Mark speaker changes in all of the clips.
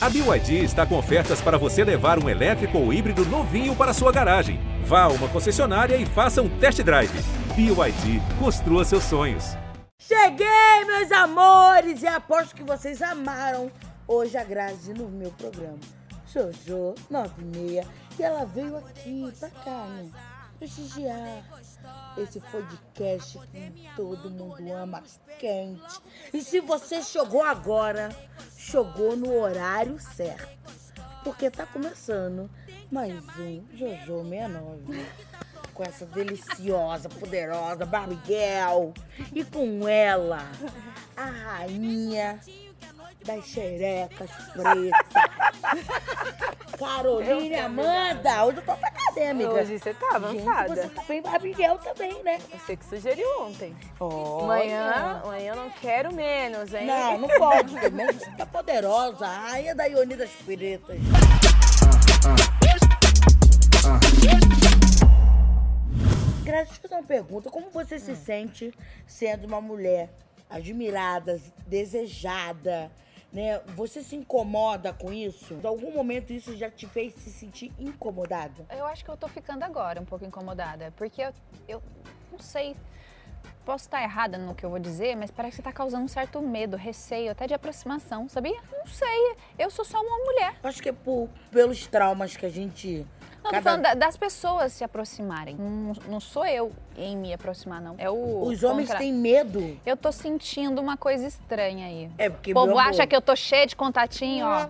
Speaker 1: A BYD está com ofertas para você levar um elétrico ou híbrido novinho para sua garagem. Vá a uma concessionária e faça um test drive. BYD, construa seus sonhos.
Speaker 2: Cheguei, meus amores! E aposto que vocês amaram hoje a Grazi no meu programa. Jojo, 96. E ela veio aqui, pra cá, né? Prestigiar esse podcast que todo mundo ama, quente. E se você chegou agora, chegou no horário certo. Porque tá começando mais um Jojo 69. Com essa deliciosa, poderosa Barbiguel. E com ela, a rainha das xerecas pretas. Carolina Amanda. Hoje eu tô pra cadê, amiga?
Speaker 3: Hoje você tá avançada.
Speaker 2: Gente, você tá bem Barbiguel também, né?
Speaker 3: Você que sugeriu ontem.
Speaker 2: Olha.
Speaker 3: Amanhã, amanhã eu não quero menos, hein?
Speaker 2: Não, não pode. Pelo menos você tá poderosa. A rainha da Ione das Pretas. Grazi, deixa eu fazer uma pergunta. Como você se sente sendo uma mulher admirada, desejada? Né? Você se incomoda com isso? Em algum momento isso já te fez se sentir incomodada?
Speaker 4: Eu acho que eu tô ficando agora um pouco incomodada, porque eu, eu não sei. Posso estar errada no que eu vou dizer, mas parece que tá causando um certo medo, receio, até de aproximação, sabia? Não sei. Eu sou só uma mulher.
Speaker 2: Acho que é por, pelos traumas que a gente.
Speaker 4: Não, tô
Speaker 2: cada-
Speaker 4: falando da- das pessoas se aproximarem. Não, não sou eu em me aproximar, não. É o.
Speaker 2: Os homens
Speaker 4: contra-
Speaker 2: têm medo.
Speaker 4: Eu tô sentindo uma coisa estranha aí.
Speaker 2: É porque
Speaker 4: O povo
Speaker 2: meu amor,
Speaker 4: acha que eu tô cheia de contatinho, ó.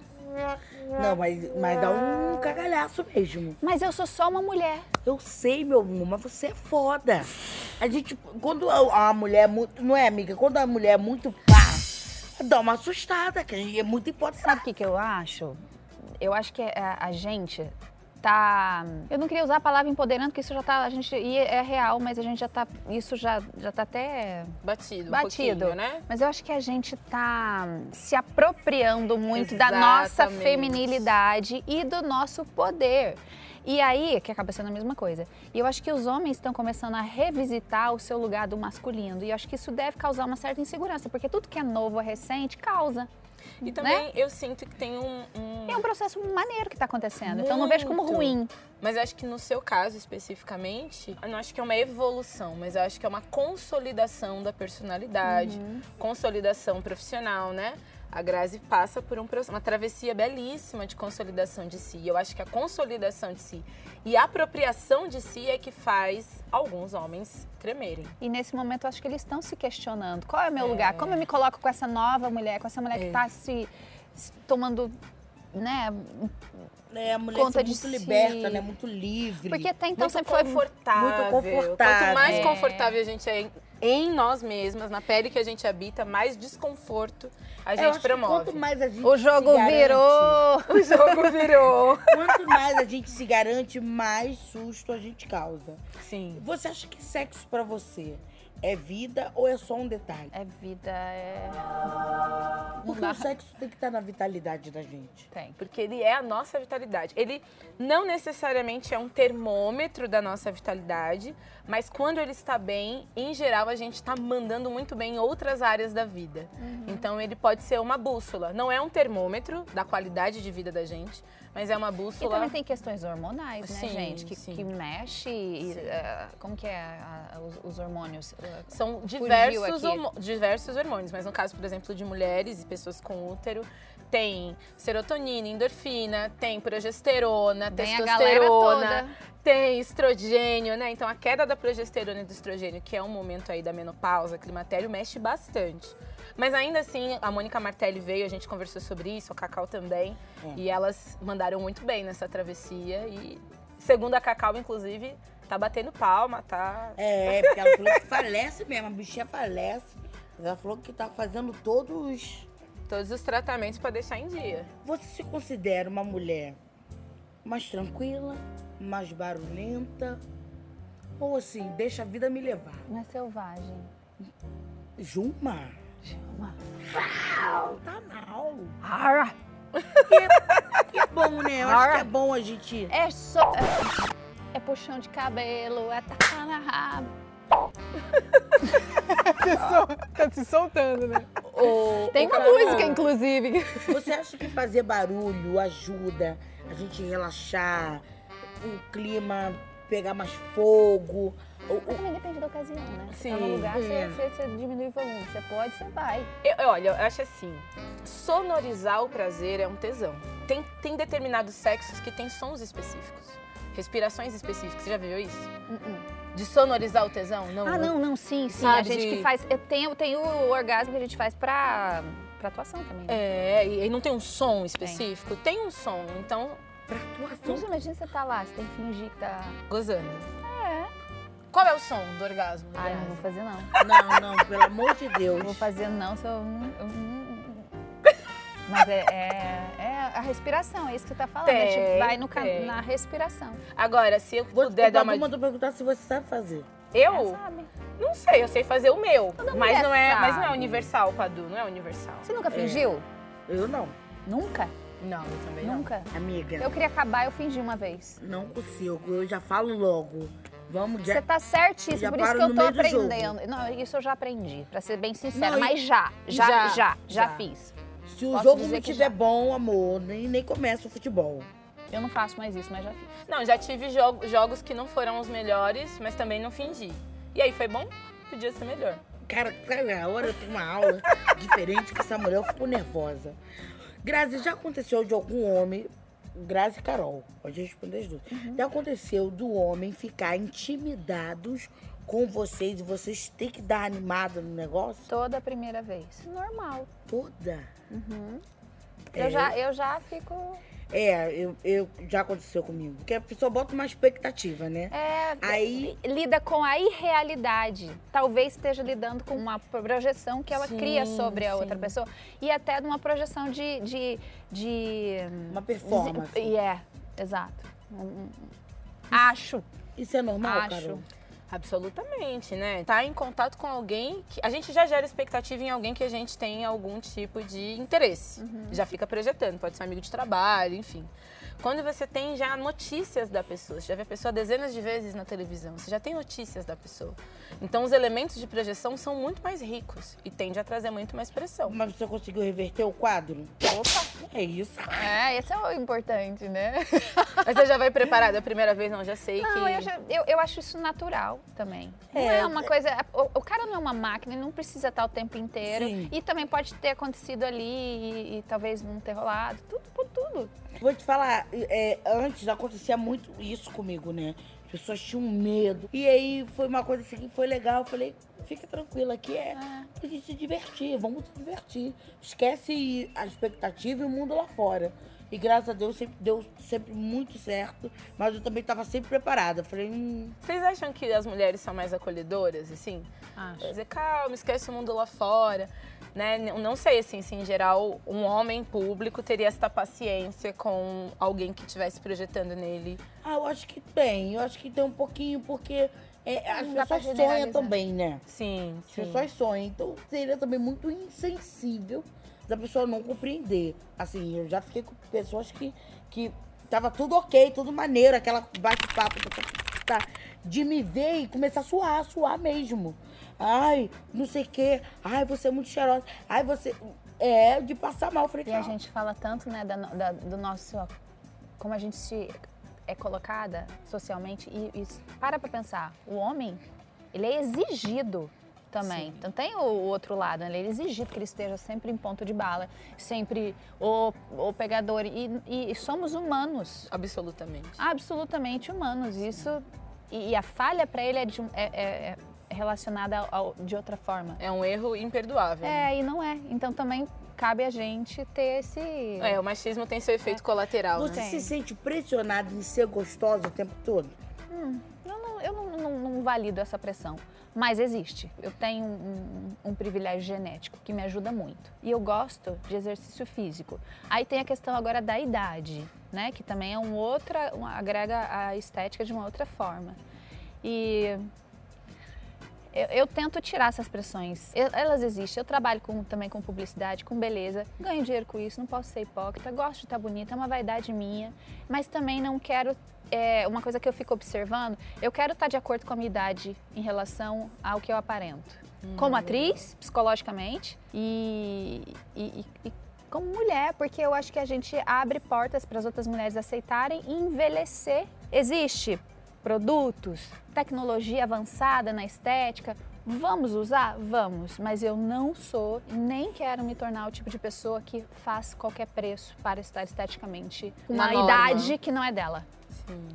Speaker 2: Não, mas, mas dá um cagalhaço mesmo.
Speaker 4: Mas eu sou só uma mulher.
Speaker 2: Eu sei, meu amor, mas você é foda. A gente, quando a, a mulher é muito. Não é, amiga? Quando a mulher é muito pá, dá uma assustada, que a gente é muito
Speaker 4: Sabe
Speaker 2: hipotizada.
Speaker 4: o que, que eu acho? Eu acho que é, a, a gente tá. Eu não queria usar a palavra empoderando, porque isso já tá. A gente. E é real, mas a gente já tá. Isso já, já tá até.
Speaker 3: Batido, um
Speaker 4: Batido.
Speaker 3: pouquinho, né?
Speaker 4: Mas eu acho que a gente tá se apropriando muito da nossa
Speaker 3: Exatamente.
Speaker 4: feminilidade e do nosso poder. E aí, que acaba sendo a mesma coisa. E eu acho que os homens estão começando a revisitar o seu lugar do masculino. E eu acho que isso deve causar uma certa insegurança, porque tudo que é novo, é recente, causa.
Speaker 3: E também eu sinto que tem um. um-
Speaker 4: E é um processo maneiro que tá acontecendo. Então eu não vejo como
Speaker 3: Muito.
Speaker 4: ruim.
Speaker 3: Mas eu acho que no seu caso especificamente, eu não acho que é uma evolução, mas eu acho que é uma consolidação da personalidade, consolidação profissional, né? A Grazi passa por um proce- uma travessia belíssima de consolidação de si. E Eu acho que a consolidação de si e a apropriação de si é que faz alguns homens tremerem.
Speaker 4: E nesse momento eu acho que eles estão se questionando. Qual é o meu lugar? Como eu me coloco com essa nova mulher, com essa mulher que
Speaker 3: É.
Speaker 4: tá se, se tomando, né?
Speaker 2: É, a mulher
Speaker 4: Conta
Speaker 2: é
Speaker 4: de
Speaker 2: muito
Speaker 4: si.
Speaker 2: liberta, né? Muito livre.
Speaker 4: Porque até então
Speaker 3: muito
Speaker 4: sempre foi
Speaker 3: confortável.
Speaker 2: muito confortável.
Speaker 3: Quanto mais
Speaker 4: É.
Speaker 3: confortável a gente é em- em nós mesmas, na pele que a gente habita, mais desconforto
Speaker 2: Eu
Speaker 3: a
Speaker 2: acho
Speaker 3: gente
Speaker 2: que
Speaker 3: promove.
Speaker 2: Quanto mais a gente
Speaker 4: O
Speaker 2: se
Speaker 4: jogo
Speaker 2: garante,
Speaker 4: virou!
Speaker 3: O jogo virou.
Speaker 2: Quanto mais a gente se garante, mais susto a gente causa.
Speaker 3: Sim.
Speaker 2: Você acha que sexo pra você é vida ou é só um detalhe?
Speaker 4: É vida, é.
Speaker 2: Porque o sexo tem que estar na vitalidade da gente.
Speaker 4: Tem.
Speaker 3: Porque ele é a nossa vitalidade. Ele não necessariamente é um termômetro da nossa vitalidade, mas quando ele está bem, em geral, a gente está mandando muito bem em outras áreas da vida.
Speaker 2: Uhum.
Speaker 3: Então ele pode ser uma bússola. Não é um termômetro da qualidade de vida da gente, mas é uma
Speaker 4: E
Speaker 3: bússola.
Speaker 4: também tem questões hormonais, né,
Speaker 3: Sim,
Speaker 4: gente? Que,
Speaker 3: sim.
Speaker 4: que mexe. e, eh, como que é a- os, os hormônios?
Speaker 3: São
Speaker 4: Fugiu
Speaker 3: diversos,
Speaker 4: aqui.
Speaker 3: homo- diversos hormônios, mas no caso, por exemplo, de mulheres e pessoas com útero, tem serotonina, endorfina, tem progesterona,
Speaker 4: Vem a galera
Speaker 3: testosterona,
Speaker 4: toda.
Speaker 3: tem estrogênio, né? Então a queda da progesterona e do estrogênio, que é um momento aí da menopausa, climatério, mexe bastante. Mas ainda assim, a Mônica Martelli veio, a gente conversou sobre isso, a Cacau também,
Speaker 4: É.
Speaker 3: e elas mandaram muito bem nessa travessia e segundo a Cacau, inclusive, tá batendo palma, tá...
Speaker 2: É, porque ela falou que falece mesmo, a bichinha falece. Ela falou que tá fazendo todos.
Speaker 3: Todos os tratamentos pra deixar em dia.
Speaker 2: Você se considera uma mulher mais tranquila, mais barulhenta? Ou assim, deixa a vida me levar?
Speaker 4: Não é selvagem.
Speaker 2: Juma,
Speaker 4: Chama.
Speaker 2: tá mal.
Speaker 4: Ara!
Speaker 2: E é bom, né? Eu acho que é bom a gente.
Speaker 4: É só. é- É puxão de cabelo, é tacar na raba.
Speaker 3: Tá se soltando, né? o-
Speaker 4: Tem
Speaker 3: o
Speaker 4: uma
Speaker 3: cara-
Speaker 4: música, inclusive.
Speaker 2: Você acha que fazer barulho ajuda a gente relaxar, o clima pegar mais fogo? O- o-
Speaker 4: Também depende da ocasião, né?
Speaker 3: Sim.
Speaker 4: Tá num lugar, você,
Speaker 2: É.
Speaker 4: você- você diminui o volume. Você pode, você vai.
Speaker 3: Eu- eu- olha, eu acho assim, sonorizar o prazer é um tesão. Tem, tem determinados sexos que tem sons específicos, respirações específicas. Você já viu isso? De sonorizar o tesão? Não.
Speaker 4: Ah,
Speaker 3: né?
Speaker 4: não, não, sim, sim. A
Speaker 3: Sabe?
Speaker 4: gente que faz. eu tenho- Tem o orgasmo que a gente faz pra, pra atuação também. né?
Speaker 3: É, e e não tem um som específico? Tem, um som, então
Speaker 2: Pra atuação.
Speaker 4: Imagina, imagina você tá lá, você tem que fingir que tá.
Speaker 3: gozando. Qual é o som do orgasmo?
Speaker 4: Ah, não
Speaker 3: aliás?
Speaker 4: vou fazer não.
Speaker 2: Não, não, pelo amor de
Speaker 4: Não vou
Speaker 2: Deus.
Speaker 4: fazer não, se eu. eu- eu- Mas é, é- é a respiração, é isso que você tá falando. a gente
Speaker 3: Tem,
Speaker 4: vai no, ca-
Speaker 3: tem.
Speaker 4: na respiração.
Speaker 3: Agora, se eu
Speaker 2: Vou,
Speaker 3: puder dar
Speaker 2: o
Speaker 3: uma.
Speaker 2: Badu mandou perguntar se você sabe fazer.
Speaker 4: Ela
Speaker 3: Eu?
Speaker 4: sabe.
Speaker 3: Não sei, eu sei fazer o meu. Mas
Speaker 4: mulher
Speaker 3: não, é, mas não é
Speaker 4: sabe.
Speaker 3: universal, Padu, não é universal.
Speaker 4: Você nunca fingiu?
Speaker 2: Eu não,
Speaker 4: Nunca?
Speaker 3: Não, eu também não.
Speaker 4: Nunca?
Speaker 2: amiga.
Speaker 4: Eu queria acabar, eu fingi uma vez.
Speaker 2: Não consigo, eu já falo logo. Vamos
Speaker 4: Você
Speaker 2: já.
Speaker 4: tá certíssimo,
Speaker 2: já
Speaker 4: por isso
Speaker 2: paro
Speaker 4: que eu
Speaker 2: no
Speaker 4: tô
Speaker 2: meio do jogo.
Speaker 4: aprendendo. Não, isso eu já aprendi, pra ser bem sincera.
Speaker 2: Não, e-
Speaker 4: mas já, já, já,
Speaker 3: Já,
Speaker 4: já,
Speaker 3: já.
Speaker 4: fiz.
Speaker 2: Se o
Speaker 4: posso
Speaker 2: jogo
Speaker 4: dizer
Speaker 2: não
Speaker 4: que
Speaker 2: tiver
Speaker 4: já.
Speaker 2: bom, amor, nem, nem começa o futebol.
Speaker 4: Eu não faço mais isso, mas já fiz.
Speaker 3: Não, já tive jogo- jogos que não foram os melhores, mas também não fingi. E aí, foi bom? Podia ser melhor.
Speaker 2: Cara, sabe, a hora eu tenho uma aula diferente com essa mulher, eu fico nervosa. Grazi, já aconteceu de algum homem, Grazi e Carol, pode responder as duas.
Speaker 4: Uhum.
Speaker 2: Já aconteceu do homem ficar intimidados com vocês e vocês ter que dar animada no negócio?
Speaker 4: Toda primeira vez. Normal.
Speaker 2: Toda.
Speaker 4: Eu, já, eu já fico.
Speaker 2: É, eu, eu- já aconteceu comigo. Porque a pessoa bota uma expectativa, né?
Speaker 4: É,
Speaker 2: Aí
Speaker 4: lida com a irrealidade. Talvez esteja lidando com uma projeção que ela
Speaker 3: Sim,
Speaker 4: cria sobre a outra
Speaker 3: sim.
Speaker 4: pessoa. E até numa projeção de. de, de
Speaker 2: Uma performance.
Speaker 4: E é, exato. Um- um- Acho.
Speaker 2: assim. Isso é normal,
Speaker 4: Acho.
Speaker 2: Carol?
Speaker 3: Absolutamente, né? Tá em contato com alguém que. A gente já gera expectativa em alguém que a gente tem algum tipo de interesse.
Speaker 4: Uhum.
Speaker 3: Já fica projetando, pode ser amigo de trabalho, enfim. Quando você tem já notícias da pessoa, você já vê a pessoa dezenas de vezes na televisão, você já tem notícias da pessoa. Então os elementos de projeção são muito mais ricos e tende a trazer muito mais pressão.
Speaker 2: Mas você conseguiu reverter o quadro?
Speaker 4: Opa!
Speaker 2: É isso.
Speaker 4: É, esse é o importante, né?
Speaker 3: Mas você já vai preparada a primeira vez, não? Já sei que.
Speaker 4: Não, eu, já- eu, eu acho isso natural também. não
Speaker 2: É,
Speaker 4: é uma coisa. O, o cara não é uma máquina, ele não precisa estar o tempo inteiro.
Speaker 2: Sim.
Speaker 4: E também pode ter acontecido ali e, e talvez não ter rolado. Tudo, por tudo.
Speaker 2: Vou te falar, é, antes acontecia muito isso comigo, né? As pessoas tinham medo. E aí foi uma coisa assim que foi legal. Eu falei, fica tranquila, aqui é pra gente se divertir, vamos se divertir. Esquece a expectativa e o mundo lá fora. E graças a Deus sempre deu sempre muito certo, mas eu também tava sempre preparada. Eu Falei, hum,
Speaker 3: Vocês acham que as mulheres são mais acolhedoras, assim?
Speaker 4: Acho.
Speaker 3: Quer dizer, calma, esquece o mundo lá fora. Né? N- Não sei, assim, se em geral um homem público teria esta paciência com alguém que estivesse projetando nele.
Speaker 2: ah, eu acho que tem, eu acho que tem um pouquinho, porque é, as
Speaker 4: Não dá pra
Speaker 2: pessoas sonham
Speaker 4: generalizar.
Speaker 2: também, né?
Speaker 3: Sim,
Speaker 2: As
Speaker 3: sim.
Speaker 2: pessoas sonham. Então seria também muito insensível da pessoa não compreender. Assim, eu já fiquei com pessoas que, que tava tudo ok, tudo maneiro, aquela bate-papo tá, tá, tá, de me ver e começar a suar, suar mesmo. Ai, não sei o quê. Ai, você é muito cheirosa. Ai, você. É, de passar mal. Eu falei,
Speaker 4: E a
Speaker 2: cara,
Speaker 4: gente fala tanto, né, da no- da- do nosso. Como a gente se é colocada socialmente. E, e para pra pensar, o homem, ele é exigido também. Então tem o, o outro lado, né? Ele é exigido que ele esteja sempre em ponto de bala, sempre o, o pegador. E, e somos humanos,
Speaker 3: Absolutamente.
Speaker 4: absolutamente humanos. Isso. E, e a falha para ele é, de um- é- é- é relacionada ao- ao- de outra forma.
Speaker 3: É um erro imperdoável. né?
Speaker 4: É, e não é. Então também cabe a gente ter esse.
Speaker 3: É, o machismo tem seu efeito colateral,
Speaker 2: você
Speaker 3: né?
Speaker 2: se sente pressionada em ser gostosa o tempo todo?
Speaker 4: Eu, não, eu não, não- não valido essa pressão, mas existe. Eu tenho um, um- um privilégio genético que me ajuda muito. E eu gosto de exercício físico. Aí tem a questão agora da idade, né? Que também é um outra, uma- agrega a estética de uma outra forma. E eu, eu tento tirar essas pressões. Eu- elas existem. Eu trabalho com- também com publicidade, com beleza. Ganho dinheiro com isso, não posso ser hipócrita. Gosto de estar bonita, é uma vaidade minha. Mas também não quero. é, uma coisa que eu fico observando, eu quero estar de acordo com a minha idade em relação ao que eu aparento. como atriz, psicologicamente, e, e- e- e como mulher, porque eu acho que a gente abre portas para as outras mulheres aceitarem e envelhecer. Existe produtos, tecnologia avançada na estética. Vamos usar? Vamos, mas eu não sou, nem quero me tornar o tipo de pessoa que faz qualquer preço para estar esteticamente
Speaker 3: Na
Speaker 4: uma
Speaker 3: norma.
Speaker 4: idade que não é dela.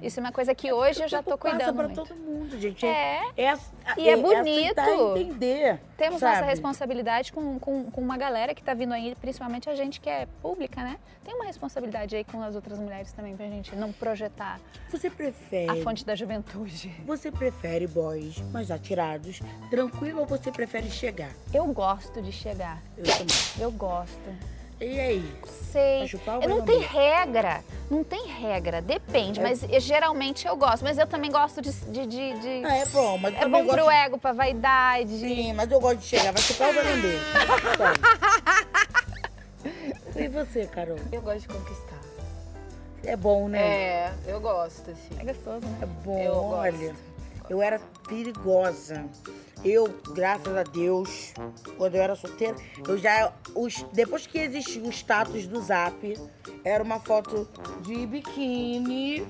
Speaker 4: Isso é uma coisa que hoje eu já
Speaker 2: Tempo
Speaker 4: tô
Speaker 2: Passa
Speaker 4: cuidando
Speaker 2: pra
Speaker 4: muito.
Speaker 2: todo mundo, gente.
Speaker 4: É,
Speaker 2: É, ace-
Speaker 4: E é
Speaker 2: aceitar e
Speaker 4: bonito.
Speaker 2: entender.
Speaker 4: Temos
Speaker 2: sabe?
Speaker 4: nossa responsabilidade com, com, com uma galera que tá vindo aí, principalmente a gente que é pública, né? Tem uma responsabilidade aí com as outras mulheres também pra gente não projetar
Speaker 2: Você
Speaker 4: a
Speaker 2: prefere.
Speaker 4: fonte da juventude.
Speaker 2: Você prefere boys mais atirados, tranquilo ou você prefere chegar?
Speaker 4: Eu gosto de chegar.
Speaker 2: Eu também.
Speaker 4: Eu gosto.
Speaker 2: E aí?
Speaker 4: Sei.
Speaker 2: Vai chupar ou
Speaker 4: Eu
Speaker 2: vai
Speaker 4: não tem
Speaker 2: lamber?
Speaker 4: regra. Não tem regra. Depende,
Speaker 2: É.
Speaker 4: mas eu- geralmente eu gosto. Mas eu também gosto de. de, de- de-
Speaker 2: Ah, é bom, mas eu
Speaker 4: É
Speaker 2: também
Speaker 4: bom
Speaker 2: gosto
Speaker 4: pro ego, pra vaidade.
Speaker 2: Sim, mas eu gosto de chegar. Vai chupar ou vai lamber? Bom. E você, Carol?
Speaker 3: Eu gosto de conquistar.
Speaker 2: É bom, né?
Speaker 3: É, eu gosto, assim.
Speaker 4: É gostoso, né?
Speaker 2: É bom,
Speaker 3: Eu gosto.
Speaker 2: olha. Eu era perigosa. Eu, graças a Deus, quando eu era solteira, eu já. os- depois que existiu o status do zap, era uma foto de biquíni.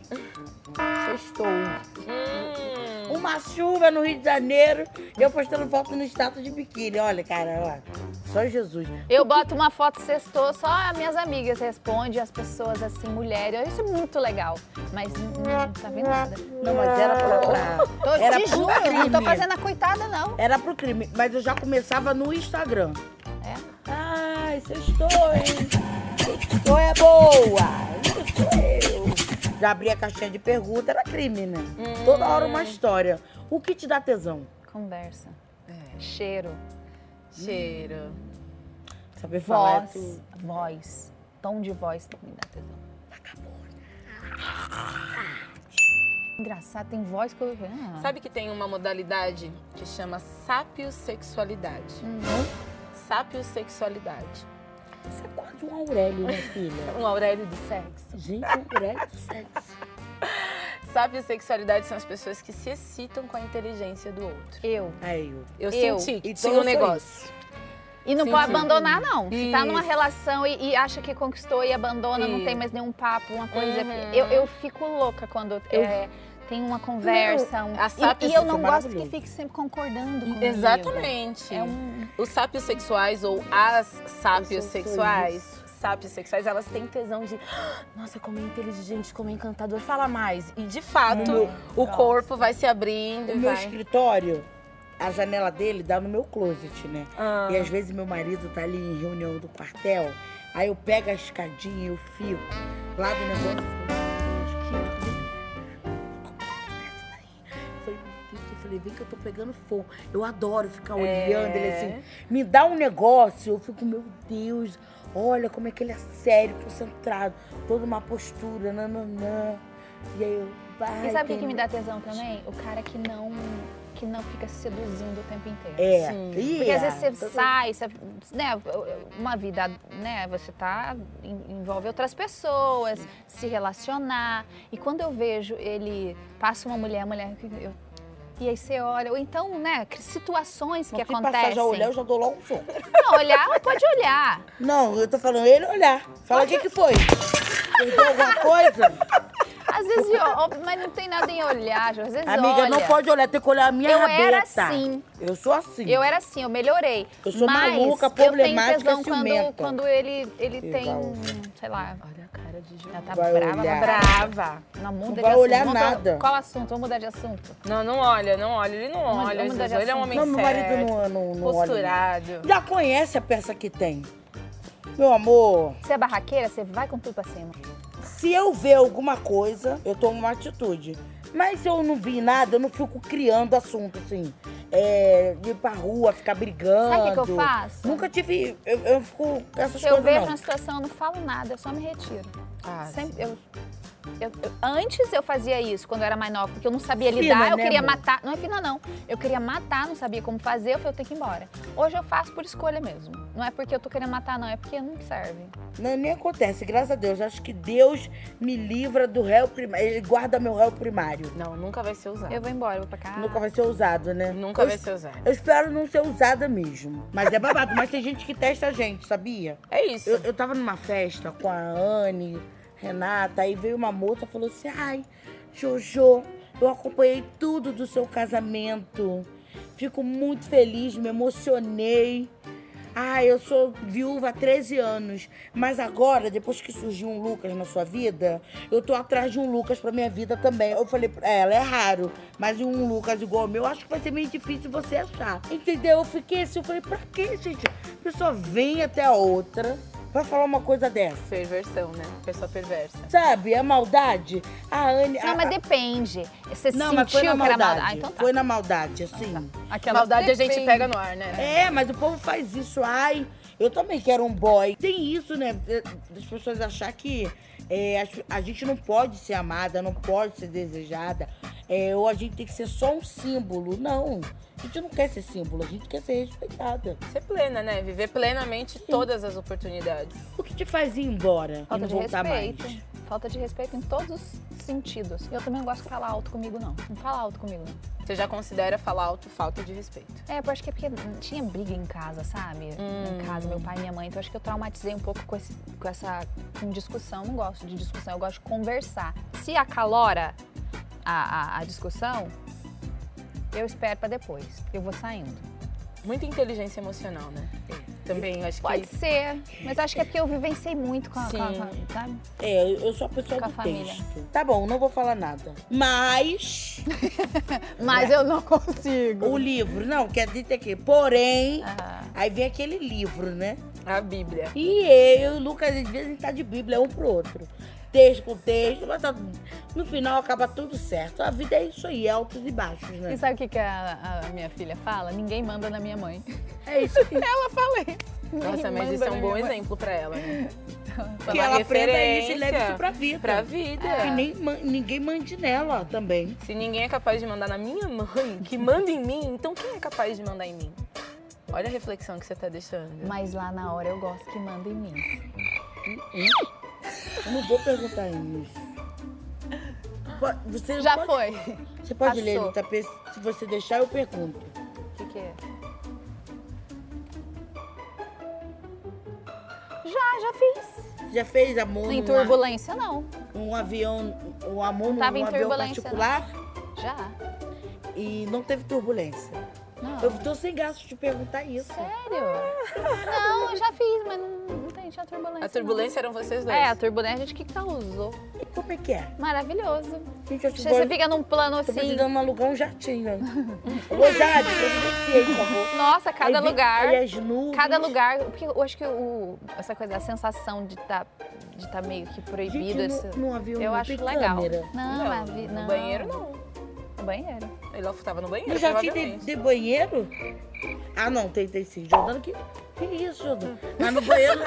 Speaker 2: Sextou.
Speaker 3: Hum,
Speaker 2: Uma chuva no Rio de Janeiro, eu postando foto no status de biquíni. Olha, cara, ó. Só Jesus.
Speaker 4: Eu boto uma foto sextou, só as minhas amigas respondem, as pessoas assim, mulheres. Isso é muito legal. Mas não, não tá vendo nada.
Speaker 2: Não, mas era pra. pra-
Speaker 4: Tô,
Speaker 2: era
Speaker 4: te
Speaker 2: pro
Speaker 4: juro, não tô
Speaker 2: crime.
Speaker 4: fazendo a coitada, não.
Speaker 2: Era pro crime, mas eu já começava no Instagram.
Speaker 4: É.
Speaker 2: Ai, sextou, hein? Sextou é boa! Isso eu! Já abri a caixinha de pergunta, era crime, né?
Speaker 3: Hum.
Speaker 2: Toda hora uma história. O que te dá tesão?
Speaker 4: Conversa.
Speaker 3: é.
Speaker 4: Cheiro.
Speaker 3: Cheiro.
Speaker 2: Saber falar é
Speaker 4: Voz.
Speaker 2: tudo.
Speaker 4: Voz. Tom de voz me dá tesão. Engraçado, tem voz que eu. Ah.
Speaker 3: Sabe que tem uma modalidade que chama sapiosexualidade? Sapiosexualidade.
Speaker 2: Uhum. Isso é quase um Aurélio, né, filha?
Speaker 3: Um Aurélio do sexo.
Speaker 2: Gente, um Aurélio do sexo.
Speaker 3: Sapiosexualidade são as pessoas que se excitam com a inteligência do outro.
Speaker 4: Eu.
Speaker 2: Aí, É eu.
Speaker 3: Eu,
Speaker 4: Eu.
Speaker 3: senti que
Speaker 2: Então
Speaker 3: tinha
Speaker 2: eu sou
Speaker 3: um negócio.
Speaker 4: E não
Speaker 3: Sim,
Speaker 4: pode
Speaker 3: sim.
Speaker 4: abandonar, não. Se tá numa
Speaker 3: Isso.
Speaker 4: relação e, e acha que conquistou e abandona, não
Speaker 3: Isso.
Speaker 4: tem mais nenhum papo, uma coisa.
Speaker 3: Uhum.
Speaker 4: Eu, eu fico louca quando é, tem uma conversa. um-
Speaker 3: a
Speaker 4: e,
Speaker 3: sapiens
Speaker 4: e eu
Speaker 3: é
Speaker 4: não gosto
Speaker 2: maravilhoso.
Speaker 4: que fique sempre concordando comigo.
Speaker 3: Exatamente.
Speaker 4: É um...
Speaker 3: Os sápios sexuais ou as sápios
Speaker 2: Eu sou
Speaker 3: sexuais, sápios sexuais, elas têm tesão de, "Ah, nossa, como é inteligente, como é encantador, fala mais. E de fato,
Speaker 2: Meu
Speaker 3: o corpo vai se abrindo
Speaker 2: Uhum. O
Speaker 3: e
Speaker 2: meu
Speaker 3: vai.
Speaker 2: escritório, a janela dele dá no meu closet, né?
Speaker 3: Ah.
Speaker 2: E às vezes meu marido tá ali em reunião do quartel, aí eu pego a escadinha e eu fico lá do negócio. eu fico, meu Deus, que- Falei, meu Deus, eu Falei, vem que eu tô pegando fogo. Eu adoro
Speaker 4: É.
Speaker 2: ficar olhando ele assim. Me dá um negócio, eu fico, meu Deus, olha como é que ele é sério, concentrado, toda uma postura, nananã. E aí eu, vai.
Speaker 4: E sabe o que,
Speaker 2: tem-
Speaker 4: que me dá tesão também? O cara que não, que não fica se seduzindo o tempo inteiro.
Speaker 2: É. Então,
Speaker 3: Sim.
Speaker 2: Ih,
Speaker 4: Porque às vezes você
Speaker 2: tô-
Speaker 4: sai, você, né, uma vida, né, você tá en- envolve outras pessoas, se relacionar. E quando eu vejo ele passa uma mulher, a mulher eu- e aí você olha, ou então, né, que situações
Speaker 2: Não,
Speaker 4: que
Speaker 2: se passar
Speaker 4: acontecem.
Speaker 2: já olhar, eu já dou logo um som.
Speaker 4: Não, olhar, pode olhar.
Speaker 2: Não, eu tô falando ele olhar. Fala o que que foi. Perdeu alguma coisa?
Speaker 4: Às vezes, ó, ó, mas não tem nada em olhar, às vezes
Speaker 2: Amiga,
Speaker 4: olha.
Speaker 2: não pode olhar, tem que olhar a minha
Speaker 4: Eu
Speaker 2: rabeta.
Speaker 4: era assim.
Speaker 2: Eu sou assim.
Speaker 4: Eu era assim, eu melhorei.
Speaker 2: Eu sou
Speaker 4: mas
Speaker 2: maluca,
Speaker 4: eu
Speaker 2: problemática,
Speaker 4: tenho tesão quando,
Speaker 2: ciumenta.
Speaker 4: quando ele, ele tem,
Speaker 2: Igual.
Speaker 4: sei lá,
Speaker 3: um. Olha a cara de Ju.
Speaker 4: Ela tá
Speaker 2: Vai
Speaker 4: brava,
Speaker 2: olhar.
Speaker 4: ela brava. Não muda de
Speaker 2: vai
Speaker 4: assunto.
Speaker 2: olhar
Speaker 4: Vamos-
Speaker 2: nada.
Speaker 4: Qual assunto? Vamos mudar de assunto.
Speaker 3: Não, não olha, não olha, ele não olha.
Speaker 4: Vamos- vamos
Speaker 3: Jesus,
Speaker 4: mudar de
Speaker 3: ele é um
Speaker 4: assunto.
Speaker 3: homem
Speaker 2: Não, meu marido
Speaker 3: sério,
Speaker 2: não, não, não olha.
Speaker 3: posturado.
Speaker 2: não. Já conhece a peça que tem. Meu amor,
Speaker 4: Você é barraqueira, você vai com tudo pra cima.
Speaker 2: se eu ver alguma coisa, eu tomo uma atitude. Mas se eu não vi nada, eu não fico criando assunto, assim. É, ir pra rua, ficar brigando.
Speaker 4: Sabe o que, que eu faço?
Speaker 2: Nunca tive. Eu, eu fico com essas
Speaker 4: Se eu
Speaker 2: coisas.
Speaker 4: vejo
Speaker 2: não.
Speaker 4: uma situação, eu não falo nada, eu só me retiro.
Speaker 3: Ah,
Speaker 4: Sempre- eu Eu- eu- antes eu fazia isso, quando eu era mais nova, porque eu não sabia
Speaker 2: Fina,
Speaker 4: lidar, eu
Speaker 2: né,
Speaker 4: queria
Speaker 2: amor?
Speaker 4: matar. Não é fina, não. Eu queria matar, não sabia como fazer, eu falei, eu tenho que ir embora. Hoje eu faço por escolha mesmo. Não é porque eu tô querendo matar, não, é porque não serve.
Speaker 2: Não, nem acontece, graças a Deus. Acho que Deus me livra do réu primário. Ele guarda meu réu primário.
Speaker 3: Não, nunca vai ser
Speaker 2: Tá.
Speaker 3: usado.
Speaker 4: Eu vou embora, eu vou pra casa.
Speaker 2: Nunca vai ser usado, né?
Speaker 3: Nunca
Speaker 2: eu,
Speaker 3: vai ser usado.
Speaker 2: Eu espero não ser usada mesmo. Mas é babado. Mas tem gente que testa a gente, sabia?
Speaker 3: É isso.
Speaker 2: Eu, eu tava numa festa com a Anne, Renata, aí veio uma moça e falou assim: ai, Jojo, eu acompanhei tudo do seu casamento. Fico muito feliz, me emocionei. Ah, eu sou viúva há 13 anos, mas agora, depois que surgiu um Lucas na sua vida, eu tô atrás de um Lucas pra minha vida também. Eu falei pra ela, é raro, mas um Lucas igual ao meu, acho que vai ser meio difícil você achar. Entendeu? Eu fiquei assim, eu falei, pra quê, gente? A pessoa vem até a outra pra falar uma coisa dessa.
Speaker 3: Perversão, né? Pessoa perversa.
Speaker 2: Sabe? É maldade. A Anne... a-
Speaker 4: Não, mas
Speaker 2: a-
Speaker 4: depende. Você
Speaker 2: Ah, Não, mas
Speaker 4: sentiu
Speaker 2: foi na
Speaker 4: que era
Speaker 2: maldade.
Speaker 4: maldade. Ah, então tá.
Speaker 2: Foi na maldade, assim.
Speaker 4: Aquela
Speaker 3: Maldade a gente
Speaker 4: Depende.
Speaker 3: pega no ar, né?
Speaker 2: É, mas o povo faz isso. Ai, eu também quero um boy. Tem isso, né? Das pessoas achar que é, as- a gente não pode ser amada, não pode ser desejada. é, ou a gente tem que ser só um símbolo. Não. A gente não quer ser símbolo, a gente quer ser respeitada.
Speaker 3: Ser plena, né? Viver plenamente todas as oportunidades.
Speaker 2: O que te faz ir embora
Speaker 4: Falta
Speaker 2: e
Speaker 4: de
Speaker 2: não voltar
Speaker 4: respeito.
Speaker 2: mais?
Speaker 4: Falta de respeito em todos os sentidos. Eu também não gosto de falar alto comigo, não. Não fala alto comigo, não.
Speaker 3: Você já considera falar alto falta de respeito.
Speaker 4: É, eu acho que é porque tinha briga em casa, sabe? Em casa, meu pai e minha mãe. Então eu acho que eu traumatizei um pouco com, esse- com essa com discussão. Não gosto de discussão, eu gosto de conversar. Se acalora a, a, a discussão, eu espero pra depois. Eu vou saindo.
Speaker 3: Muita inteligência emocional, né? Também acho
Speaker 4: Pode
Speaker 3: que.
Speaker 4: ser, mas acho que é porque eu vivenciei muito com a, com a-
Speaker 3: Sim.
Speaker 4: com a- sabe?
Speaker 2: É, eu eu sou a pessoa
Speaker 4: Com a
Speaker 2: do
Speaker 4: família.
Speaker 2: texto. Tá bom, não vou falar nada. Mas
Speaker 4: Mas eu não consigo.
Speaker 2: o livro, não, quer dizer que. é Porém,
Speaker 4: Ah,
Speaker 2: aí vem aquele livro, né?
Speaker 3: A Bíblia.
Speaker 2: E eu e o Lucas, às vezes, a gente tá de Bíblia um pro outro. Texto com texto, mas tá- no final acaba tudo certo. A vida é isso aí, é altos e baixos, né?
Speaker 4: E sabe o que, que a, a minha filha fala? Ninguém manda na minha mãe.
Speaker 2: É isso aí.
Speaker 4: Ela fala isso.
Speaker 3: Nossa,
Speaker 4: Ninguém
Speaker 3: mas
Speaker 4: manda
Speaker 3: isso é
Speaker 4: na
Speaker 3: um bom
Speaker 4: minha mãe.
Speaker 3: exemplo pra ela, né? Foi
Speaker 2: que
Speaker 3: uma
Speaker 2: ela aprenda isso e
Speaker 3: referência
Speaker 2: leve isso pra vida. É.
Speaker 3: Pra vida.
Speaker 2: E nem man- ninguém mande nela também.
Speaker 3: Se ninguém é capaz de mandar na minha mãe, que manda em mim, então quem é capaz de mandar em mim? Olha a reflexão que você tá deixando.
Speaker 4: Mas lá na hora eu gosto que manda em mim.
Speaker 2: Eu não vou perguntar isso. Po- Você
Speaker 4: Já
Speaker 2: pode,
Speaker 4: foi.
Speaker 2: Você pode
Speaker 4: Passou.
Speaker 2: ler, Anitta, pe- se você deixar, eu pergunto.
Speaker 4: O que, que é? Já, já fiz.
Speaker 2: Já fez amor
Speaker 4: Em
Speaker 2: num,
Speaker 4: turbulência, não.
Speaker 2: a- num avião, um amor num
Speaker 4: Tava em
Speaker 2: avião
Speaker 4: turbulência, né?
Speaker 2: particular
Speaker 4: Já.
Speaker 2: e não teve turbulência?
Speaker 4: Não.
Speaker 2: Eu tô sem gasto de perguntar isso.
Speaker 4: Sério? Não, eu já fiz, mas não, não tem, tinha turbulência.
Speaker 2: é
Speaker 3: A turbulência eram vocês
Speaker 4: não.
Speaker 3: dois.
Speaker 4: É, a turbulência a gente que causou.
Speaker 2: E como é que é?
Speaker 4: Maravilhoso.
Speaker 2: Gente, eu te
Speaker 4: Você,
Speaker 2: vou...
Speaker 4: você fica num plano
Speaker 2: Tô
Speaker 4: assim.
Speaker 2: precisando alugar um jatinho. Ô, Jade, eu negociei, por favor.
Speaker 4: Nossa, cada
Speaker 2: Aí vem-
Speaker 4: lugar.
Speaker 2: Aí é um as nuvens.
Speaker 4: Cada lugar, porque eu acho que o, essa coisa, a sensação de tá, de tá meio que proibido.
Speaker 2: Gente,
Speaker 4: esse-
Speaker 2: não, não havia
Speaker 4: eu
Speaker 2: uma
Speaker 4: acho legal.
Speaker 2: câmera.
Speaker 4: Não, a vi-
Speaker 3: no
Speaker 4: não.
Speaker 3: banheiro não.
Speaker 4: No
Speaker 2: É,
Speaker 4: banheiro.
Speaker 3: Ele tava no banheiro,
Speaker 2: No jardim tem,
Speaker 3: provavelmente.
Speaker 2: tem banheiro? Ah, não, tem, tem sim. Jordano, que... Que isso, Jordano? Mas no banheiro...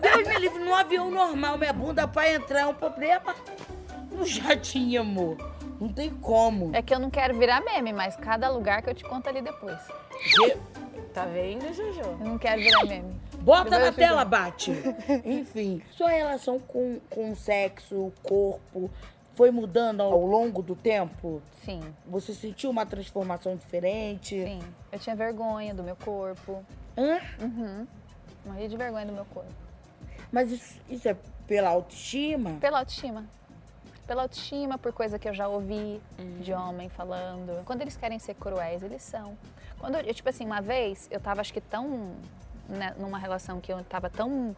Speaker 2: Deus me livre, num avião normal, minha bunda pra entrar é um problema. No jatinho, amor. Não tem como.
Speaker 4: É que eu não quero virar meme, mas cada lugar que eu te conto ali depois.
Speaker 3: Tá vendo, Jojo?
Speaker 4: Eu não quero virar meme.
Speaker 2: Bota
Speaker 4: Vai
Speaker 2: na
Speaker 4: ajudar.
Speaker 2: tela, bate. Enfim, sua relação com, com o sexo, o corpo, foi mudando ao longo do tempo?
Speaker 4: Sim,
Speaker 2: Você sentiu uma transformação diferente?
Speaker 4: sim. Eu tinha vergonha do meu corpo.
Speaker 2: Hã?
Speaker 4: Uhum. Morria de vergonha do meu corpo.
Speaker 2: Mas isso, isso é pela autoestima?
Speaker 4: Pela autoestima. Pela autoestima, por coisa que eu já ouvi de homem falando. Quando eles querem ser cruéis, eles são. Quando eu, tipo assim, uma vez eu tava acho que tão né, numa relação que eu tava tão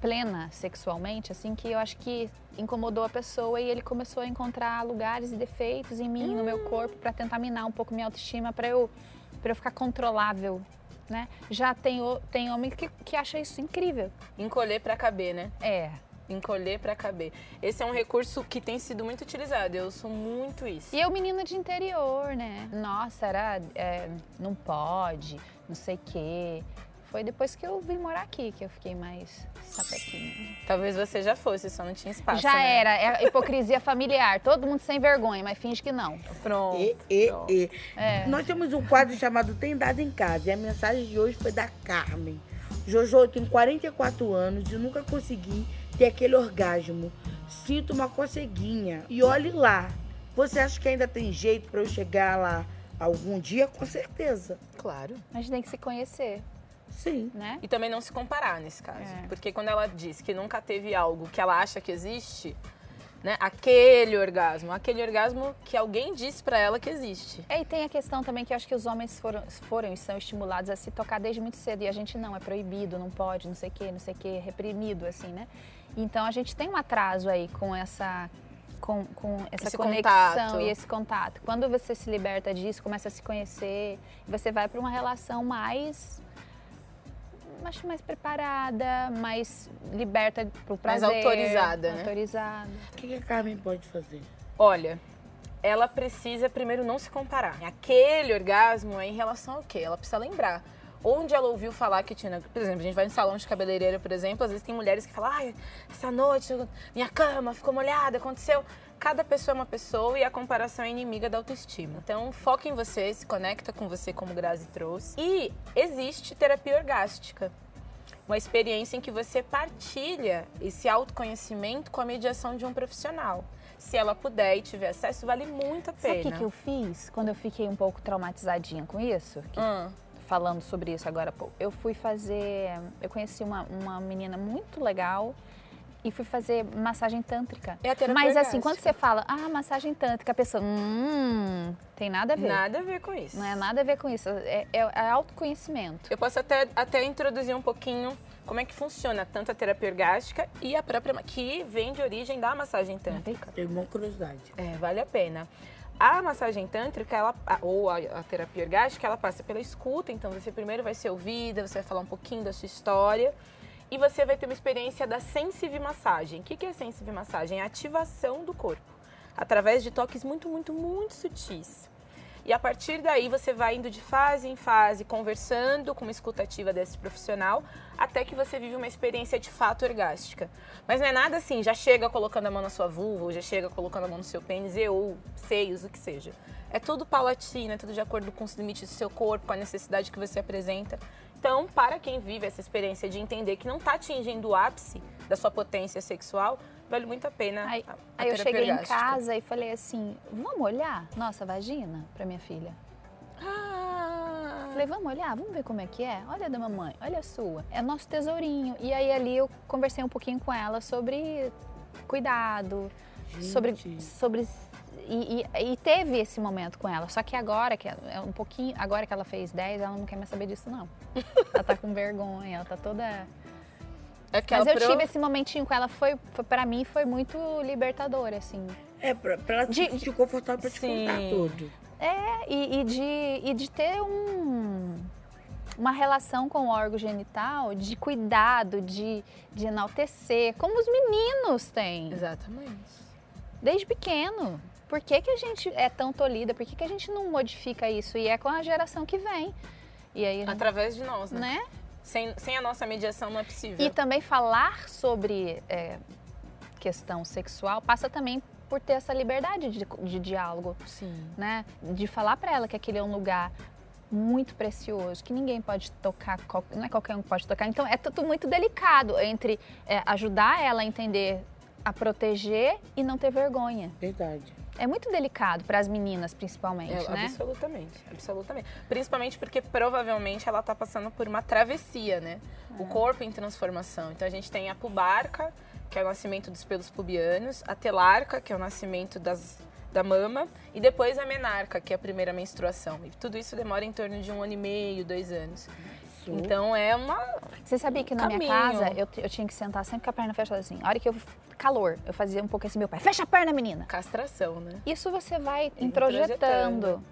Speaker 4: plena sexualmente, assim, que eu acho que incomodou a pessoa e ele começou a encontrar lugares e defeitos em mim, no meu corpo, pra tentar minar um pouco minha autoestima, pra eu, pra eu ficar controlável, né? Já tem, o- tem homem que, que acha isso incrível.
Speaker 3: Encolher pra caber, né?
Speaker 4: É,
Speaker 3: Encolher pra caber. Esse é um recurso que tem sido muito utilizado. Eu sou muito isso.
Speaker 4: E eu, menina de interior, né? Nossa, era. é, não pode, não sei o quê. Foi depois que eu vim morar aqui que eu fiquei mais sapeca. fosse.
Speaker 3: Talvez você já fosse, só não tinha espaço.
Speaker 4: Já
Speaker 3: né?
Speaker 4: era, é a hipocrisia familiar, todo mundo sem vergonha, mas finge que não.
Speaker 3: Pronto.
Speaker 2: E, e,
Speaker 3: pronto.
Speaker 2: e.
Speaker 4: É.
Speaker 2: Nós temos um quadro chamado Tem Dado em Casa. E a mensagem de hoje foi da Carmen. Jojo, tem 44 anos e nunca consegui ter aquele orgasmo. Sinto uma coceguinha. E olhe lá. Você acha que ainda tem jeito pra eu chegar lá algum dia? Com certeza.
Speaker 3: Claro.
Speaker 4: A gente tem que se conhecer,
Speaker 2: Sim.
Speaker 4: né?
Speaker 3: E também não se comparar nesse caso.
Speaker 4: É.
Speaker 3: Porque quando ela diz que nunca teve algo que ela acha que existe, né? Aquele orgasmo, aquele orgasmo que alguém disse pra ela que existe.
Speaker 4: É, E tem a questão também que eu acho que os homens foram, foram e são estimulados a se tocar desde muito cedo e a gente não, é proibido, não pode, não sei o que, não sei o que, reprimido, assim, né? Então a gente tem um atraso aí com essa. Com, com essa
Speaker 3: Esse
Speaker 4: conexão
Speaker 3: contato.
Speaker 4: e esse contato. Quando você se liberta disso, começa a se conhecer, você vai para uma relação mais. Acho mais preparada, mais liberta pro
Speaker 3: Mais
Speaker 4: prazer.
Speaker 3: autorizada, né?
Speaker 4: Autorizada.
Speaker 2: O que que a Carmen pode fazer?
Speaker 3: Olha, ela precisa primeiro não se comparar. Aquele orgasmo é em relação ao quê? Ela precisa lembrar. Onde ela ouviu falar que tinha. Por exemplo, a gente vai em salão de cabeleireira, por exemplo, às vezes tem mulheres que falam, ai, essa noite minha cama ficou molhada, aconteceu. Cada pessoa é uma pessoa e a comparação é inimiga da autoestima. Então, foca em você, se conecta com você, como Grazi trouxe. E existe terapia orgástica uma experiência em que você partilha esse autoconhecimento com a mediação de um profissional. Se ela puder e tiver acesso, vale muito a
Speaker 4: Sabe
Speaker 3: pena.
Speaker 4: o que, que eu fiz quando eu fiquei um pouco traumatizadinha com isso? Que
Speaker 3: Hum,
Speaker 4: falando sobre isso agora há pouco. Eu fui fazer. Eu conheci uma, uma menina muito legal e fui fazer massagem tântrica.
Speaker 3: é a terapia
Speaker 4: Mas assim, quando
Speaker 3: orgástica.
Speaker 4: você fala, ah, massagem tântrica, a pessoa, hum, tem nada a ver.
Speaker 3: Nada a ver com isso.
Speaker 4: Não é nada a ver com isso. É, é- é autoconhecimento.
Speaker 3: Eu posso até, até introduzir um pouquinho como é que funciona tanto a terapia orgástica e a própria... ma- Que vem de origem da massagem tântrica.
Speaker 2: Tem uma curiosidade.
Speaker 3: É, vale a pena. A massagem tântrica, ela, a- ou a, a terapia orgástica, ela passa pela escuta, então você primeiro vai ser ouvida, você vai falar um pouquinho da sua história e você vai ter uma experiência da sensitive massagem. O que que é sensitive massagem? É a ativação do corpo, através de toques muito, muito, muito sutis. E a partir daí você vai indo de fase em fase, conversando com uma escutativa desse profissional, até que você vive uma experiência de fato orgástica. Mas não é nada assim, já chega colocando a mão na sua vulva, ou já chega colocando a mão no seu pênis, e- ou seios, o que seja. É tudo paulatino, é tudo de acordo com os limites do seu corpo, com a necessidade que você apresenta. Então, para quem vive essa experiência de entender que não está atingindo o ápice da sua potência sexual, vale muito a pena.
Speaker 4: Aí-
Speaker 3: a- a
Speaker 4: Aí eu
Speaker 3: terapia
Speaker 4: cheguei em
Speaker 3: orgástica.
Speaker 4: casa e falei assim: vamos olhar nossa vagina pra minha filha?
Speaker 3: Ah,
Speaker 4: Falei, vamos olhar, vamos ver como é que é? Olha a da mamãe, olha a sua. É nosso tesourinho. E aí ali eu conversei um pouquinho com ela sobre cuidado, sobre.
Speaker 2: Gente.
Speaker 4: sobre e, e- e teve esse momento com ela. Só que agora que ela- é um pouquinho, agora que ela fez 10, ela não quer mais saber disso, não. Ela tá com vergonha, ela tá toda.
Speaker 3: é que
Speaker 4: Mas
Speaker 3: ela
Speaker 4: eu
Speaker 3: pro-
Speaker 4: tive esse momentinho com ela, foi, foi para mim foi muito libertador, assim.
Speaker 2: É, pra, pra ela se
Speaker 4: De-
Speaker 2: sentir confortável pra te
Speaker 3: Sim.
Speaker 2: contar tudo.
Speaker 4: E, e de, e de ter um- uma relação com o órgão genital de cuidado, de, de enaltecer, como os meninos têm,
Speaker 3: Exatamente.
Speaker 4: desde pequeno. Por que, que a gente é tão tolida? Por que, que a gente não modifica isso? E é com a geração que vem. E aí,
Speaker 3: Através de nós, Ah, né?
Speaker 4: né?
Speaker 3: Sem, sem a nossa mediação não é possível.
Speaker 4: E também falar sobre é, questão sexual passa também por ter essa liberdade de- de diálogo.
Speaker 3: Sim.
Speaker 4: né? De falar pra ela que aquele é um lugar muito precioso, que ninguém pode tocar, qual- não é qualquer um que pode tocar. Então é tudo muito delicado entre é, ajudar ela a entender, a proteger e não ter vergonha.
Speaker 2: Verdade.
Speaker 4: É muito delicado para as meninas, principalmente,
Speaker 3: É,
Speaker 4: né?
Speaker 3: Absolutamente, absolutamente. Principalmente porque provavelmente ela tá passando por uma travessia, né?
Speaker 4: É.
Speaker 3: O corpo em transformação. Então a gente tem a pubarca, que é o nascimento dos pelos pubianos, a telarca, que é o nascimento das, da mama, e depois a menarca, que é a primeira menstruação. E tudo isso demora em torno de um ano e meio, dois anos.
Speaker 4: Uhum.
Speaker 2: Sou.
Speaker 3: Então é uma.
Speaker 4: Você sabia que na minha
Speaker 3: Um Caminho.
Speaker 4: casa eu, t- eu tinha que sentar sempre com a perna fechada assim. A hora que eu calor, eu fazia um pouco assim, meu pai, fecha a perna, menina.
Speaker 3: Castração, né?
Speaker 4: Isso você vai
Speaker 3: Introjetando.
Speaker 4: introjetando.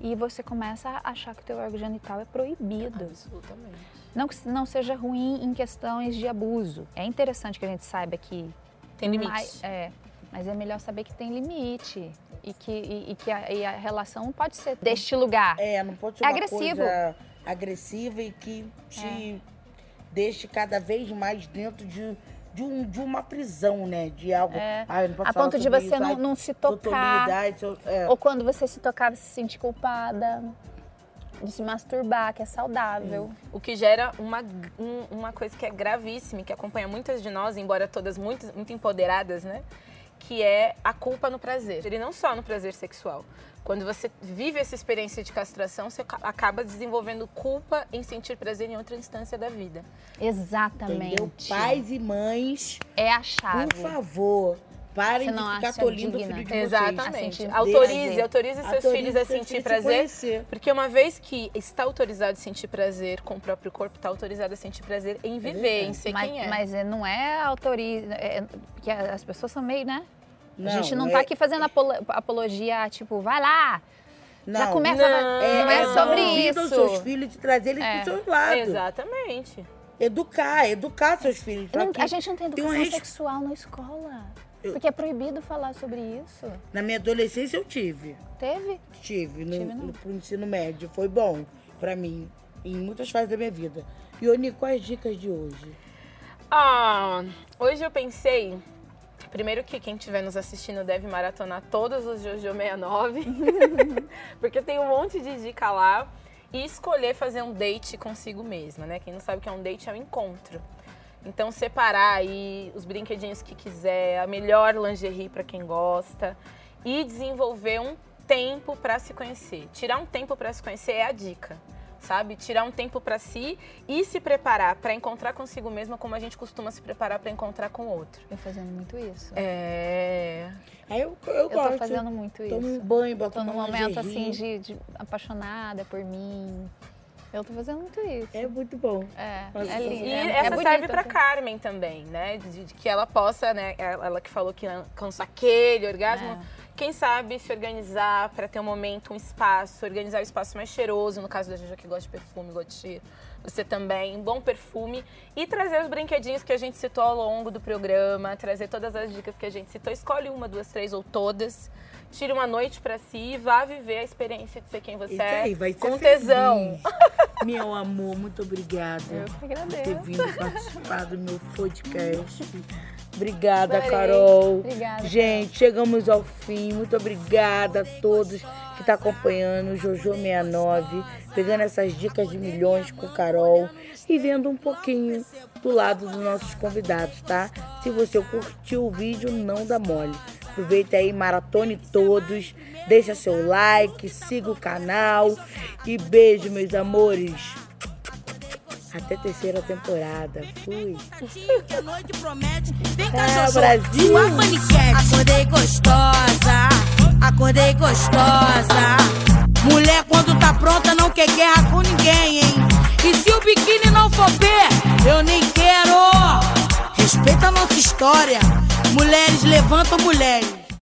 Speaker 4: E você começa a achar que o teu órgão genital é proibido.
Speaker 3: Absolutamente.
Speaker 4: Não que não seja ruim em questões de abuso. É interessante que a gente saiba que.
Speaker 3: Tem limites.
Speaker 4: Mas é, mas é melhor saber que tem limite. E que, e, e que a, e a relação não pode ser deste lugar.
Speaker 2: É, não pode ser
Speaker 4: É
Speaker 2: uma
Speaker 4: agressivo. É.
Speaker 2: coisa agressiva e que te deixe cada vez mais dentro de de, um, de uma prisão, né? De algo.
Speaker 4: É.
Speaker 2: Ah, eu não posso
Speaker 4: A
Speaker 2: falar
Speaker 4: ponto de
Speaker 2: sobre
Speaker 4: você
Speaker 2: isso,
Speaker 4: não,
Speaker 2: ai,
Speaker 4: não se tocar.
Speaker 2: autonomidade, eu- é.
Speaker 4: Ou quando você se tocar, você se sentir culpada. De se masturbar, que é saudável.
Speaker 3: O que gera uma, g- um- uma coisa que é gravíssima, e que acompanha muitas de nós, embora todas muito, muito empoderadas, né? Que é a culpa no prazer. Ele não só no prazer sexual. Quando você vive essa experiência de castração, você ca- acaba desenvolvendo culpa em sentir prazer em outra instância da vida.
Speaker 4: Exatamente.
Speaker 2: Entendeu? Pais e mães,
Speaker 4: É a
Speaker 2: por
Speaker 4: chave.
Speaker 2: favor, parem
Speaker 4: Você
Speaker 2: de
Speaker 4: não
Speaker 2: ficar
Speaker 4: acha
Speaker 2: tolindo o
Speaker 4: digna?
Speaker 2: filho de vocês.
Speaker 3: Exatamente.
Speaker 4: sentir
Speaker 3: Autorize,
Speaker 4: prazer.
Speaker 3: autorize seus
Speaker 2: Autorize
Speaker 3: filhos assim a
Speaker 2: seus
Speaker 3: sentir
Speaker 2: filhos se
Speaker 3: prazer.
Speaker 2: conhecer.
Speaker 3: Porque uma vez que está autorizado a sentir prazer com o próprio corpo, está autorizado a sentir prazer em viver, em ser
Speaker 4: mas,
Speaker 3: quem é.
Speaker 4: mas, é, não é autoriza. É, porque as pessoas são meio, né?
Speaker 2: Não,
Speaker 4: a gente não
Speaker 2: é-
Speaker 4: tá aqui fazendo apolo- apologia, tipo, vai lá, já
Speaker 2: Não,
Speaker 4: começa.
Speaker 3: Não.
Speaker 4: Não, não é,
Speaker 3: É,
Speaker 4: sobre
Speaker 2: convida os
Speaker 4: isso.
Speaker 2: seus filhos de trazer eles
Speaker 4: É.
Speaker 2: para pro seu lado.
Speaker 3: Exatamente.
Speaker 2: Educar, educar seus filhos.
Speaker 4: Não-
Speaker 2: Aqui,
Speaker 4: a gente não tem
Speaker 2: tem um
Speaker 4: educação
Speaker 2: res-
Speaker 4: sexual na escola.
Speaker 2: Eu-
Speaker 4: Porque é proibido falar sobre isso.
Speaker 2: Na minha adolescência eu tive.
Speaker 4: Teve?
Speaker 2: Tive, no,
Speaker 4: Tive, não.
Speaker 2: no- pro ensino médio. Foi bom pra mim, em muitas fases da minha vida. E, Oni, quais dicas de hoje?
Speaker 3: Ah, hoje eu pensei. Primeiro que quem estiver nos assistindo deve maratonar todos os Jojo 69, porque tem um monte de dica lá. E escolher fazer um date consigo mesma, né? Quem não sabe o que é um date é um encontro. Então separar aí os brinquedinhos que quiser, a melhor lingerie pra quem gosta e desenvolver um tempo pra se conhecer. Tirar um tempo pra se conhecer é a dica, sabe? Tirar um tempo pra si e se preparar pra encontrar consigo mesma como a gente costuma se preparar pra encontrar com o outro.
Speaker 4: Eu fazendo muito isso.
Speaker 3: É,
Speaker 2: Aí eu, eu,
Speaker 4: eu
Speaker 2: gosto.
Speaker 4: tô fazendo muito isso.
Speaker 2: Tomo um banho, boto
Speaker 4: Tô num
Speaker 2: uma
Speaker 4: momento
Speaker 2: lingerie.
Speaker 4: assim de, de apaixonada por mim. Eu tô fazendo muito isso.
Speaker 2: É muito bom.
Speaker 4: É,
Speaker 2: Mas
Speaker 4: é
Speaker 2: isso-
Speaker 4: lindo.
Speaker 3: E
Speaker 4: é,
Speaker 3: essa
Speaker 4: é
Speaker 3: serve
Speaker 4: bonito,
Speaker 3: pra
Speaker 4: assim.
Speaker 3: Carmen também, né? De, de que ela possa, né? Ela, ela que falou que alcançou aquele orgasmo.
Speaker 4: É.
Speaker 3: Quem sabe se organizar pra ter um momento, um espaço, organizar o espaço mais cheiroso, no caso da Juju que gosta de perfume, gosta de cheiro. Você também, um bom perfume. E trazer os brinquedinhos que a gente citou ao longo do programa, trazer todas as dicas que a gente citou. Escolhe uma, duas, três ou todas. Tire uma noite pra si e vá viver a experiência de ser quem
Speaker 4: Tá
Speaker 3: você
Speaker 2: Isso
Speaker 3: é.
Speaker 2: aí, vai ser
Speaker 3: com tesão.
Speaker 2: feliz. Meu amor, muito obrigada.
Speaker 4: Eu que
Speaker 2: por ter
Speaker 4: agradeço.
Speaker 2: vindo participar do meu podcast. Obrigada,
Speaker 4: Adorei.
Speaker 2: Carol.
Speaker 4: Obrigada.
Speaker 2: Gente, chegamos ao fim. Muito obrigada a todos que estão acompanhando o Jojo 69, pegando essas dicas de milhões com Carol e vendo um pouquinho do lado dos nossos convidados, tá? Se você curtiu o vídeo, não dá mole. Aproveita aí, maratone todos, deixa seu like, siga o canal e beijo, meus amores. Até terceira temporada. Fui.
Speaker 5: que a noite promete. Vem cá,
Speaker 2: É,
Speaker 5: Jojo,
Speaker 2: Brasil.
Speaker 5: sua paniquete. Acordei gostosa, acordei gostosa. Mulher, quando tá pronta, não quer guerra com ninguém, hein? E se o biquíni não for B, eu nem quero. Respeita a nossa história. Mulheres levantam mulheres.